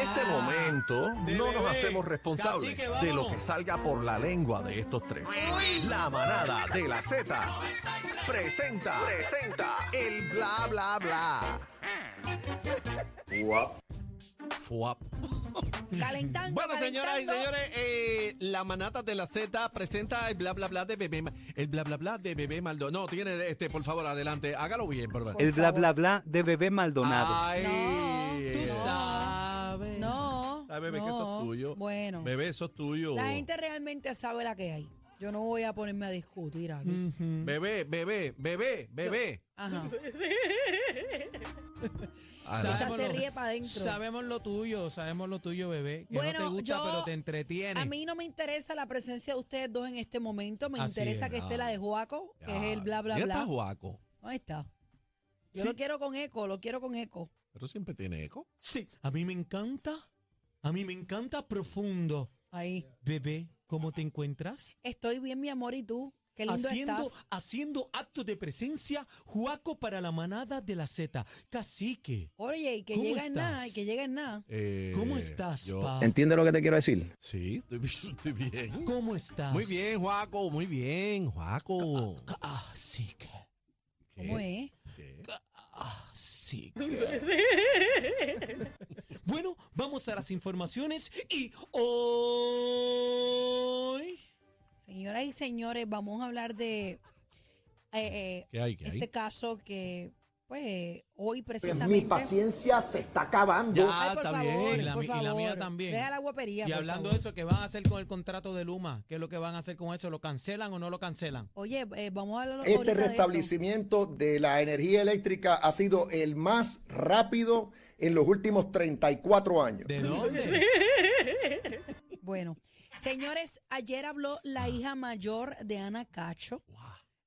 este momento de no nos bebé. hacemos responsables Ah, Cacique, de lo vámonos. que salga por la lengua de estos tres. La manada de la Z presenta, presenta el bla bla bla. Fuap. Calentando. Bueno, señoras y calentando. señores, eh, la manata de la Z presenta el bla bla bla de bebé, Ma- el bla bla bla de bebé Maldonado. No, tiene este, por favor, adelante, hágalo bien, por favor. El bla bla bla de bebé Maldonado. Ay, No, tú no. sabes. eh, No. Ah, Ay, bebé, que eso no. es tuyo. Bueno, Bebé, eso es tuyo. oh. la gente realmente sabe la que hay. Yo no voy a ponerme a discutir aquí. Mm. Mm. Bebé, bebé, bebé, bebé. Ajá. Ahora. Esa se ríe para adentro. Sabemos lo tuyo, sabemos lo tuyo, bebé. Que Bueno, no te gusta, yo- pero te entretiene. A mí no me interesa la presencia de ustedes dos en este momento. Me Así interesa es, que esté ah. la de Joaco, que es el bla, bla, Mira, bla. está Juaco, Ahí está. Yo Sí. lo quiero con eco, lo quiero con eco. pero siempre tiene eco. Sí, a mí me encanta. A mí me encanta profundo. Ahí. Bebé, ¿cómo te encuentras? Estoy bien, mi amor, ¿y tú? Qué lindo haciendo, estás. haciendo acto de presencia, Juaco para la manada de la Z. Cacique, Oye, y que ¿Cómo llega en nada, y estás? que llega en nada. Eh, ¿cómo estás, yo- pa? ¿Entiendes lo que te quiero decir? Sí, estoy bien, estoy bien. ¿Cómo estás? Muy bien, Juaco, muy bien, Juaco. Cacique, ¿Qué? ¿Cómo es? ¿Qué? cacique. bueno, vamos a las informaciones y hoy... Señoras y señores, vamos a hablar de eh, eh, ¿Qué hay? ¿Qué hay? este caso que, pues, hoy Mi precisamente. paciencia se está acabando. Ay, Ya, por Ah, está favor, bien. Y la, por mi- y la mía favor. también. Deja la guapería, Y por hablando favor. de eso, ¿qué van a hacer con el contrato de Luma? ¿Qué es lo que van a hacer con eso? ¿Lo cancelan o no lo cancelan? Oye, eh, vamos a hablar ahorita Este de eso. restablecimiento de la energía eléctrica ha sido el más rápido en los últimos 34 años. ¿De dónde? Bueno, señores, ayer habló la Ah. hija mayor de Ana Cacho.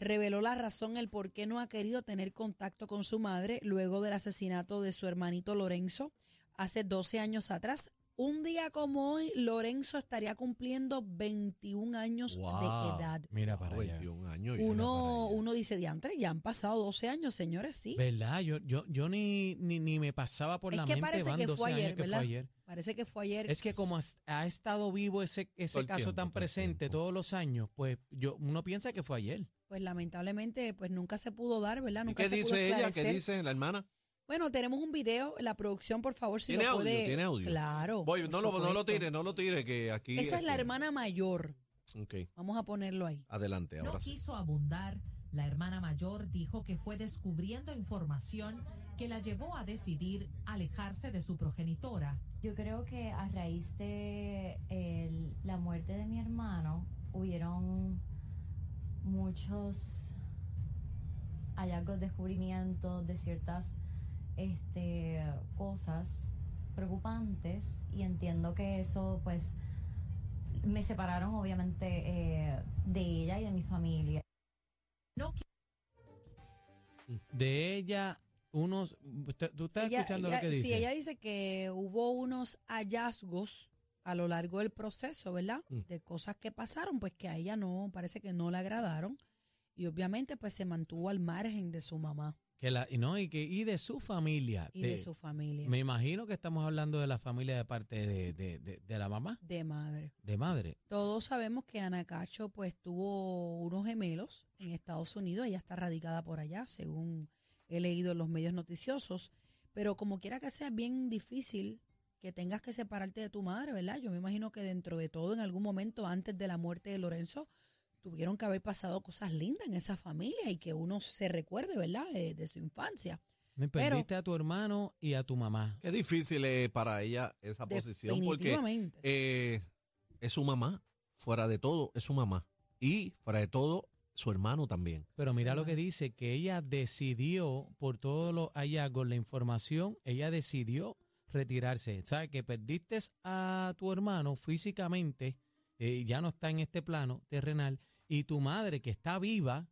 Reveló la razón el por qué no ha querido tener contacto con su madre luego del asesinato de su hermanito Lorenzo hace 12 años atrás. Un día como hoy, Lorenzo estaría cumpliendo 21 años de Wow. edad. Mira para allá. 21 años. y Uno, una uno dice, diantre, ya han pasado 12 años, señores, sí. ¿Verdad? Yo, yo, yo ni, ni, ni me pasaba por es la que mente. parece Van que 12 fue ayer, años que ¿verdad? fue ayer. Parece que fue ayer. Es que como has- ha estado vivo ese, Todo ese el caso tiempo, todo tan el presente tiempo. todos los años, pues yo uno piensa que fue ayer. Pues lamentablemente, pues nunca se pudo dar, ¿verdad? ¿Y Nunca qué se pudo dice ella? ¿Qué esclarecer. dice la hermana? Bueno, tenemos un video, la producción, por favor, si ¿Tiene lo audio? puede. ¿Tiene audio? Claro. Voy, por no, lo, no lo supuesto. tire, no lo tire, que aquí... Esa es la este, hermana mayor. Ok, Vamos a ponerlo ahí. adelante, No ahora sí. quiso abundar. La hermana mayor dijo que fue descubriendo información que la llevó a decidir alejarse de su progenitora. Yo creo que a raíz de el- la muerte de mi hermano hubieron muchos hallazgos, descubrimientos de ciertas este, cosas preocupantes y entiendo que eso pues me separaron obviamente eh, de ella y de mi familia. No De ella, unos. usted- ¿Tú estás Ella- escuchando ella- lo que dice? Sí, ella dice que hubo unos hallazgos a lo largo del proceso, ¿verdad? Mm. De cosas que pasaron, pues que a ella no, parece que no le agradaron. Y obviamente, pues se mantuvo al margen de su mamá Que la, y no, y, que, y de su familia. y de, su familia, Me imagino que estamos hablando de la familia de parte de, de- de- de la mamá, de madre. de madre. Todos sabemos que Ana Cacho pues tuvo unos gemelos en Estados Unidos, ella está radicada por allá, según he leído en los medios noticiosos, pero como quiera que sea bien difícil que tengas que separarte de tu madre, ¿verdad? Yo me imagino que dentro de todo en algún momento antes de la muerte de Lorenzo tuvieron que haber pasado cosas lindas en esa familia y que uno se recuerde, ¿verdad? De, de su infancia. Me Pero- perdiste a tu hermano y a tu mamá. Qué difícil es para ella esa posición, porque Definitivamente. eh, es su mamá, fuera de todo, es su mamá. Y fuera de todo, su hermano también. Pero mira lo Ajá. que dice, que ella decidió, por todos los hallazgos, la información, ella decidió retirarse. ¿Sabes? Que perdiste a tu hermano físicamente, eh, ya no está en este plano terrenal, y tu madre, que está viva,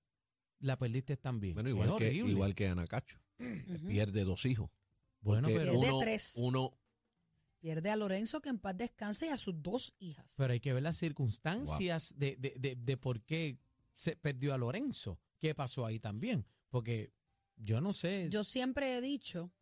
la perdiste también. Bueno, Es igual, que, horrible. igual que Ana Cacho, Ujú. eh, pierde dos hijos. Bueno, porque pero- Pierde uno, tres. uno, Pierde a Lorenzo que en paz descanse y a sus dos hijas. Pero hay que ver las circunstancias de, de, de- de por qué se perdió a Lorenzo. ¿Qué pasó ahí también? Porque yo no sé. Yo siempre he dicho,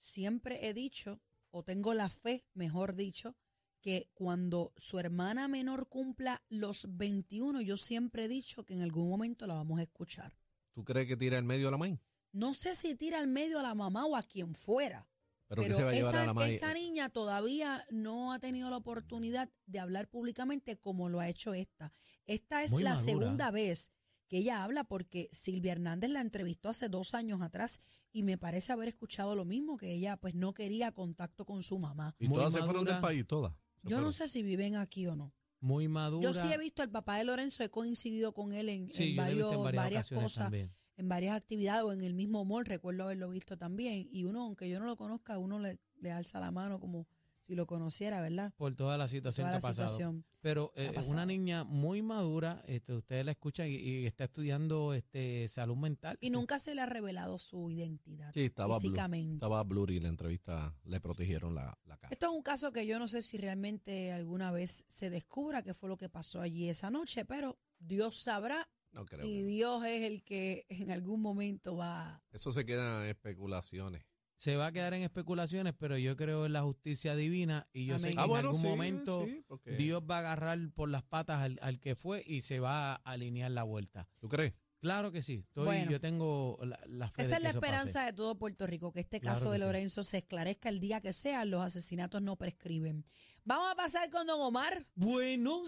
siempre he dicho, o tengo la fe, mejor dicho, que cuando su hermana menor cumpla los 21, yo siempre he dicho que en algún momento la vamos a escuchar. ¿Tú crees que tira en medio a la main? No sé si tira al medio a la mamá o a quien fuera, Pero, pero, que se va a llevar esa, a la main. esa niña todavía no ha tenido la oportunidad de hablar públicamente como lo ha hecho esta. Esta es Muy la madura. segunda vez que ella habla porque Silvia Hernández la entrevistó hace dos años atrás y me parece haber escuchado lo mismo, que ella pues no quería contacto con su mamá. Y Muy todas se fueron del madura. país, todas. Se Yo no fueron. sé si viven aquí o no. Muy madura. Yo sí he visto al papá de Lorenzo, he coincidido con él en, en Sí, yo la he visto varios- en varias, varias ocasiones cosas, también. en varias actividades o en el mismo mall, recuerdo haberlo visto también. Y uno, aunque yo no lo conozca, uno le, le alza la mano como si lo conociera, ¿verdad? Por toda la situación Toda que la ha pasado. situación. Pero eh, ha es pasado. una niña muy madura, este, ustedes la escuchan y, y está estudiando este salud mental. Y nunca se le ha revelado su identidad Sí, estaba blue. físicamente. Estaba blurry la entrevista, le protegieron la, la cara. Esto es un caso que yo no sé si realmente alguna vez se descubra qué fue lo que pasó allí esa noche, pero Dios sabrá No creo. y que- Dios es el que en algún momento va Eso se queda en especulaciones. Se va a quedar en especulaciones, pero yo creo en la justicia divina y yo sé Amén. que Ah, en bueno, algún sí, momento sí, porque- Dios va a agarrar por las patas al, al que fue y se va a alinear la vuelta. ¿Tú crees? Claro que sí. Estoy- Bueno. yo tengo la, la fe Esa de es que la eso pase. esperanza de todo Puerto Rico, que este Claro caso que de sí. Lorenzo se esclarezca el día que sea, los asesinatos no prescriben. Vamos a pasar con don Omar. Bueno,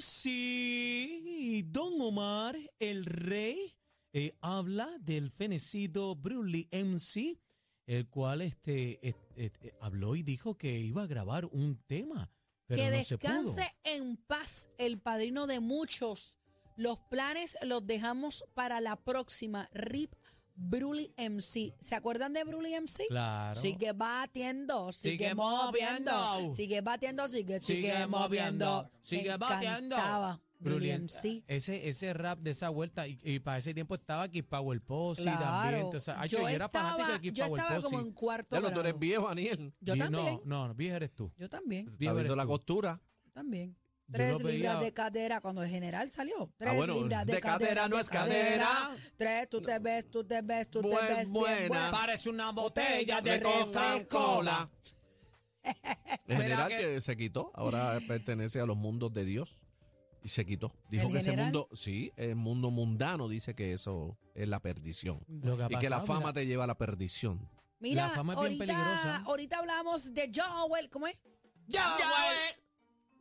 sí, Don Omar, el rey, eh, habla del fenecido Brully MC, el cual este, et- et- eh, habló y dijo que iba a grabar un tema, pero que no se pudo. descanse en paz el padrino de muchos. Los planes los dejamos para la próxima. RIP Bruli MC. ¿Se acuerdan de Bruli MC? Claro. Sigue batiendo, sigue, Sigue moviendo, moviendo. sigue batiendo, sigue, sigue, Sigue moviendo, moviendo, sigue Me bateando. encantaba Brully Brully, MC. Ese, ese rap de esa vuelta, y, y para ese tiempo estaba Kid Power Posse también. Claro. Entonces, ay, yo, era fanático de Kid yo Power estaba Posse. como en cuarto pues, Ya lo tú grado. eres viejo, Aniel. Yo Y también, No, no, viejo eres tú. yo también, Está Viejo viendo eres la tú. costura. yo también. Yo Tres lo libras veía- de cadera cuando el general salió. Tres bueno, libras de, de cadera no de es cadera. Tres, tú te ves, tú te ves, tú te Buen- ves. bien buena. buena. Parece una botella de Coca-Cola. El Verá general que- que... se quitó, ahora pertenece a los mundos de Dios. Y se quitó. Dijo ¿El que ese general? mundo, sí, el mundo mundano dice que eso es la perdición. Lo que ha y que la pasado, fama mira. te lleva a la perdición. Mira, La fama es bien ahorita, peligrosa. ahorita hablamos de Joel, ¿cómo es?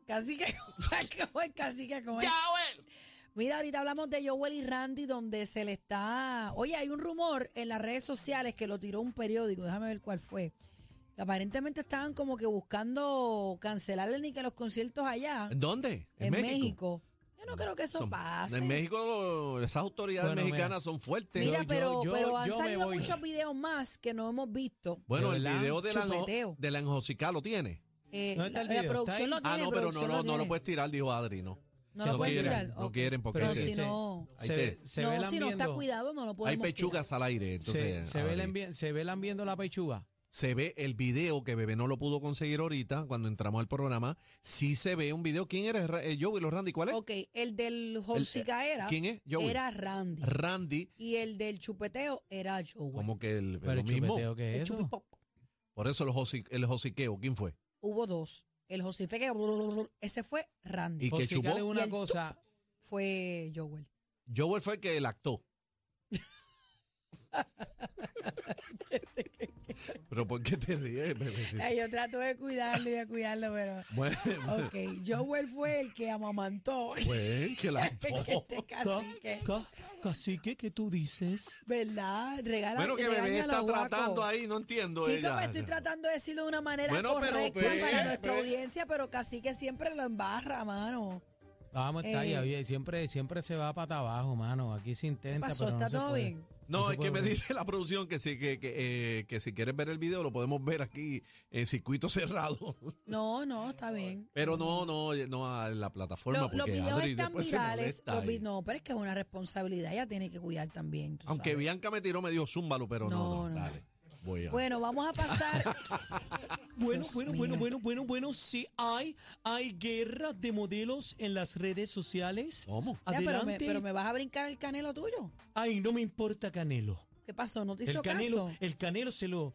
Casi que, ¿cómo es? Casi que, ¿cómo es? Mira, ahorita hablamos de Joel y Randy, donde se le está. Oye, hay un rumor en las redes sociales que lo tiró un periódico, déjame ver cuál fue. que Aparentemente estaban como que buscando cancelarle ni que los conciertos allá ¿En dónde? en, México. Yo no creo que eso Son- pase. En México lo- esas autoridades Bueno, mexicanas son fuertes. Mira, yo- pero, yo- pero han yo me salido voy. muchos videos más que no hemos visto. bueno, de el verdad, video de la, chupeteo. de la enjocicá lo tiene. Eh, ¿Dónde está la, el la video? ¿Está producción ahí? lo tiene. ah, no, pero no, producción no, no tiene. lo puedes tirar, dijo Adri, no. No Se lo lo pueden quieren, tirar. no ok. quieren porque No, es que si se- no, Ahí te- se no, velan si no está viendo- cuidado, no lo podemos Hay pechugas al aire, entonces. ah, se, se Adri. velan bien- se velan viendo la pechuga. se ve el video que Bebé no lo pudo conseguir ahorita cuando entramos al programa. Sí se ve un video. ¿Quién eres? Ra- eh, Joey, los Randy, ¿cuál es? eh, tirar. Ok, el del Josica era, ¿Quién es? Joey. era Randy. Randy, Y el del chupeteo era Joel. como que el, Pero lo el mismo. chupeteo que El es eso. chupipop. Por eso el, josi- el josiqueo, ¿quién fue? Hubo dos. El Josife que ese fue Randy. Y que Josica chupó. es Y una el cosa, Fue Joel. Joel fue el que lactó. Pero ¿por qué te ríes, bebé? Sí. Ay, yo trato de cuidarlo y de cuidarlo, pero. Bueno, pues, Ok, Joel fue el que amamantó. fue el que lactó. que este cacique. Ca- cacique, ¿qué tú dices? ¿Verdad? Regala, Bueno, que bebé regaña a los está guacos. tratando ahí, no entiendo. Chicos, ella. me estoy tratando de decirlo de una manera Bueno, pero, correcta pero, para sí, nuestra pero- audiencia, pero casi que siempre lo embarra, mano. Vamos, está ahí, Eh. oye, siempre, siempre se va para abajo, mano. Aquí se ¿Qué intenta, pasó? pero no ¿Está se todo puede. bien? No, se es que puede me ver. dice la producción que si, que, que, eh, que si quieres ver el video lo podemos ver aquí en circuito cerrado. No, no, está bien. Pero no, no, no a la plataforma Lo- los porque videos Adri están después se virales. molesta los vi- ahí. no, pero es que es una responsabilidad. Ella tiene que cuidar también. tú Aunque sabes. Bianca me tiró, me dijo zúmbalo, pero no, no, No, no, dale. Voy a... Bueno, vamos a pasar. Bueno, Dios bueno, mío. bueno, bueno, bueno, bueno, sí hay, hay guerra de modelos en las redes sociales. ¿Cómo? Ya, pero, me, Adelante. pero me vas a brincar el canelo tuyo. Ay, no me importa Canelo. ¿Qué pasó? ¿No te El hizo Canelo, caso? el Canelo se lo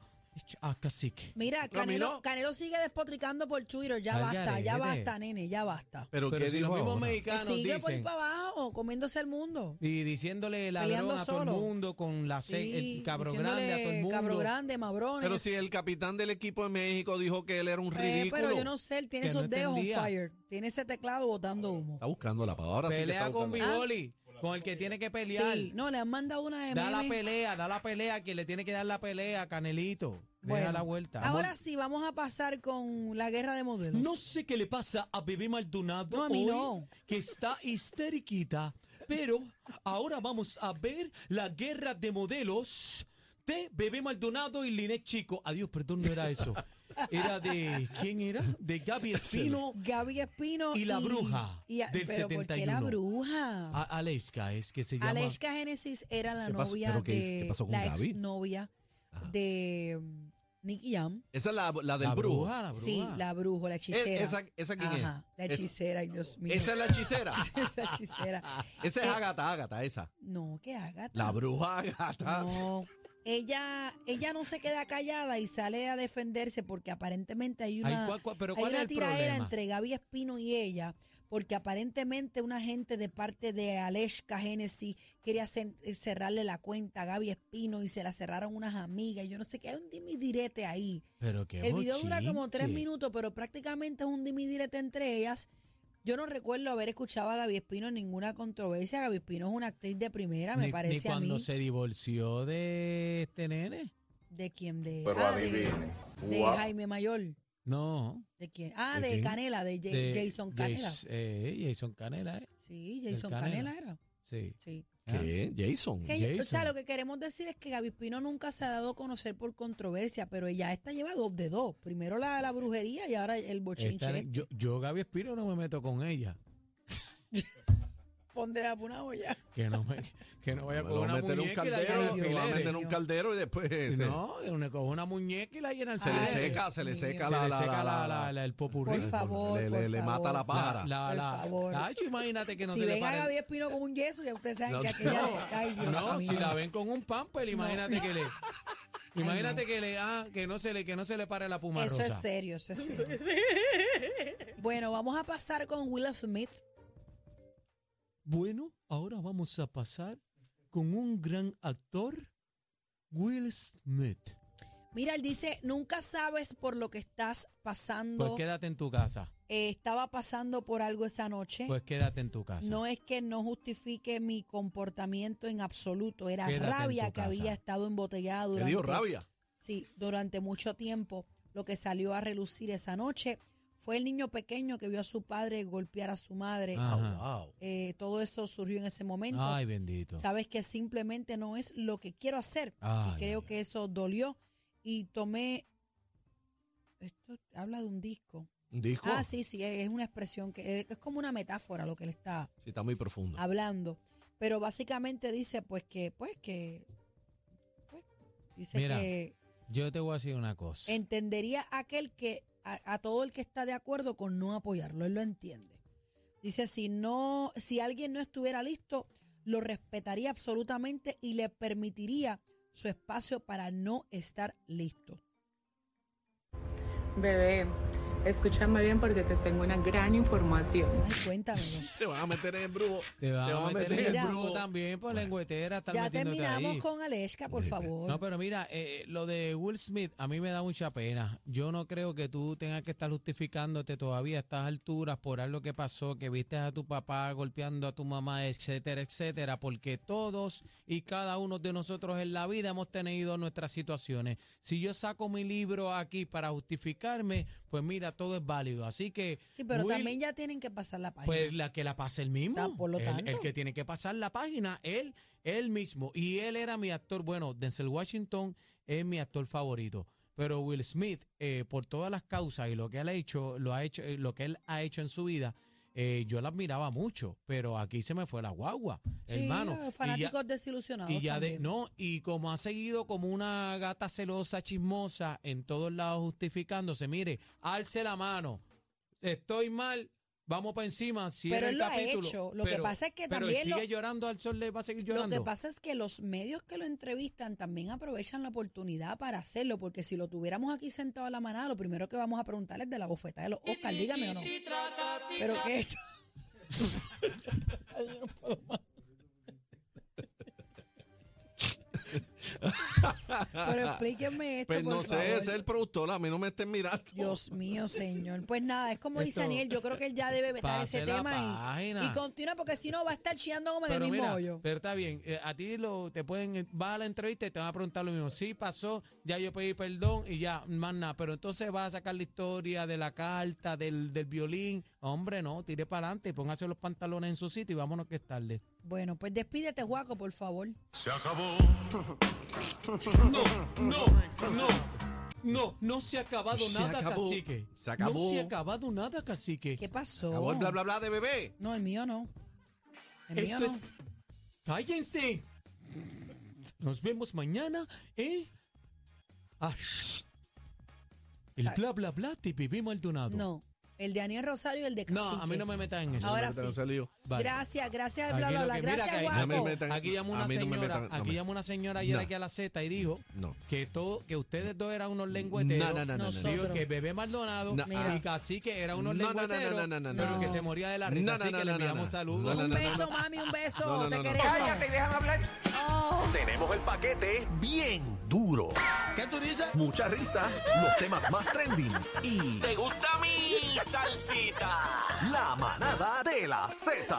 Ah, cacique. Mira, Canelo, Caminó. Canelo sigue despotricando por Twitter. Ya Al basta, ya garete. basta, nene, ya basta. Pero, Pero ¿qué si dijo los mismos ahora? Que mexicanos sigue por ahí dicen... para abajo, comiéndose el mundo. Y diciéndole Peleando ladrón a todo el solo. mundo, con la ce- el cabro diciéndole grande a todo el mundo. Cabro grande, mabrones. Pero si el capitán del equipo de México dijo que él era un Pues, Eh, ridículo. pero yo no sé, él tiene Que esos no dedos on entendía. fire. Tiene ese teclado botando humo. Está buscando la palabra. sí que Pelea está con buscando. Bigoli, con el que tiene que pelear. Sí, no, le han mandado una de da la meme. pelea, da la pelea, a quien le tiene que dar la pelea, Canelito. Bueno, Deja la vuelta. Ahora Amor, sí, vamos a pasar con la guerra de modelos. No sé qué le pasa Pues. a Bebé Maldonado No, a mí hoy, no. que está histériquita, pero ahora vamos a ver la guerra de modelos de Bebé Maldonado y Linet Chico. Adiós, perdón, no era eso. Era de, ¿quién era? De Gaby Espino. Gaby Espino Y la bruja y a- del pero ¿por qué la 71? bruja? A- Aleska es que se llama. Alexka Genesis era la ¿Qué pasó? novia ¿Pero de qué hizo? ¿Qué pasó con la Gaby? exnovia de mm, Nicky Jam. Esa es la, la del La brujo. bruja, la bruja. Sí, la bruja, la hechicera. esa- esa quién es? Ajá, la Esa- hechicera, ay Dios mío. Esa es la hechicera. Esa hechicera. esa es Eh, Ágata, Ágata, esa. No, que haga. Ah. La bruja Ágata. No, ella, ella no se queda callada y sale a defenderse porque aparentemente hay Ay, una, ¿cuál- cuál- pero hay ¿cuál es una el tiraera problema? entre Gaby Espino y ella, porque aparentemente una gente de parte de Aleshka Genesis quería cer- cerrarle la cuenta a Gaby Espino y se la cerraron unas amigas. Yo no sé qué, hay un dimidirete ahí. Pero qué El video dura como bochinche. tres minutos, pero prácticamente es un dimidirete entre ellas. Yo no recuerdo haber escuchado a Gaby Espino en ninguna controversia. Gaby Espino es una actriz de primera, me Ni- parece ni cuando a mí. se divorció de este nene. ¿De quién? De, Pero ah, de, adivine. de Guau. Jaime Mayor. No. ¿De quién? Ah, ¿De de quién? Canela, de, Ja- de Jason Canela. Jas- eh, Jason Canela, ¿eh? sí, Jason del Canela. Canela. era. Sí. Sí. ¿Qué? Jason. Que ella- o sea, Jason. lo que queremos decir es que Gaby Espino nunca se ha dado a conocer por controversia, pero ella esta lleva dos de dos. Primero la, la brujería y ahora el bochinche. este. Esta- yo, yo, Gaby Espino, no me meto con ella. Ponte a una olla. Que no, me, que no vaya Me con lo va a una meter en un muñeca y la llena caldero, de me va a meter en un alfileres. caldero y después se, No, que una- con una muñeca y la llena se le Ay, seca, se le Dios seca, Se la, le la- seca la- la- la- la- la- el popurrí. Por favor, le, por le- le favor. mata la pájara. La, la, Por la- favor. Tacho, imagínate que no si se le ven a Gaby pare. Espino con un yeso, ya ustedes saben No, que aquella no. le- Ay, Dios No, mío. si la ven con un pamper, imagínate que le. Imagínate que le ah, que no se le que no se le pare la puma Eso rosa. es serio, eso es serio. bueno, vamos a pasar con Will Smith. Bueno, ahora vamos a pasar con un gran actor, Will Smith. Mira, él dice, nunca sabes por lo que estás pasando. Pues quédate en tu casa. Eh, estaba pasando por algo esa noche. Pues quédate en tu casa. no es que no justifique mi comportamiento en absoluto. Era Quédate en rabia tu que casa. había estado embotellada Le durante, dio rabia. Sí, durante mucho tiempo. Lo que salió a relucir esa noche fue el niño pequeño que vio a su padre golpear a su madre. Ajá. Ah, Eh, todo eso surgió en ese momento. Ay, bendito. Sabes que simplemente no es lo que quiero hacer. Ay, y creo ay, que eso dolió. Y tomé. Esto habla de un disco. Un disco. Ah, sí, sí, es una expresión que es como una metáfora lo que le está Sí, está muy profundo. Ah. hablando. Pero básicamente dice, pues que, pues que. pues, dice Mira. que Yo te voy a decir una cosa. entendería aquel que a, a todo el que está de acuerdo con no apoyarlo, él lo entiende. Dice si no, si alguien no estuviera listo, lo respetaría absolutamente y le permitiría su espacio para no estar listo. Bebé, escúchame bien porque te tengo una gran información. Ay, cuéntamelo. Te van a meter en el brujo. te vas a van meter en Mira. el brujo también por lengüetera. estar ya metiéndote terminamos ahí. pues, con Aleshka, por favor. No, pero mira, eh, lo de Will Smith a mí me da mucha pena. Yo no creo que tú tengas que estar justificándote todavía a estas alturas por algo que pasó, que viste a tu papá golpeando a tu mamá, etcétera, etcétera, porque todos y cada uno de nosotros en la vida hemos tenido nuestras situaciones. Si yo saco mi libro aquí para justificarme, pues mira, todo es válido. Así que... sí, pero Will- también ya tienen que pasar la página. pues la que la pasa él mismo. Ta- por lo el, tanto. el que tiene que pasar la página, él, él mismo. Y él era mi actor. Bueno, Denzel Washington es mi actor favorito. Pero Will Smith, eh, por todas las causas y lo que él ha hecho, lo ha hecho, eh, lo que él ha hecho en su vida, eh, yo la admiraba mucho. Pero aquí se me fue la guagua, Sí, hermano. eh, Y ya- fanáticos desilusionados. y ya de, también. no, y como ha seguido como una gata celosa, chismosa, en todos lados justificándose, mire, alce la mano, estoy mal, Vamos para encima, cierra Pero él el lo ha capítulo. hecho. Lo que pasa es que pero también él lo- sigue llorando al sol, le va a seguir llorando. Lo que pasa es que los medios que lo entrevistan también aprovechan la oportunidad para hacerlo, porque si lo tuviéramos aquí sentado a la manada, lo primero que vamos a preguntar es de la bofetada de los Oscar, dígame o no. Pero qué he hecho. Ay, yo no puedo más. Pero explíquenme esto. Pues no por sé, favor. ese es el productor, a mí no me estén mirando. Dios mío, señor. Pues nada, es como dice Esto- Daniel, yo creo que él ya debe vetar Pase ese la tema y- y, página. continúa, porque si no va a estar chillando como en pero el mismo mira, hoyo. pero está bien, eh, a ti lo, te pueden, eh, vas a la entrevista y te van a preguntar lo mismo. Sí, pasó, ya yo pedí perdón y ya, más nada. Pero entonces vas a sacar la historia de la carta, del, del violín. Hombre, no, tire para adelante, póngase los pantalones en su sitio y vámonos que es tarde. Bueno, pues despídete, Juaco, por favor. No, no, no, no se ha acabado Se nada, acabó, cacique. se acabó. No se ha acabado nada, cacique. ¿Qué pasó? Acabó el bla bla bla de bebé. No, el mío no. El mío Esto no. es. ¡Cállense! Nos vemos mañana, ¿eh? Ah, shh. el bla bla bla de Bebé Maldonado. No, el de Aniel Rosario y el de No, Cacique. a mí no me metan en eso. Ahora No me metan sí. en salió. Vale. Gracias, gracias, Aquí bla, bla, lo bla. que- mira Gracias, que- No Juaco. me metan- Aquí llamó una a mí no me señora, metan- no aquí me- llamó una señora ayer No. aquí a la Z y dijo No. que todo, que ustedes dos eran unos lengüeteros. No, no, no, no, no, Dijo no. que Bebé Maldonado No, ah. y Cacique eran unos No, no, no, lengüeteros, no, no, no, no, pero no. que se moría de la risa. No, no, así no, que le no, no, enviamos no. saludos. No, no, un no, beso, mami, un beso. No, no, Te no, no. queremos. Tenemos el paquete bien duro. Mucha risa, los temas más trending y... ¿Te gusta mi salsita? La manada de la Z.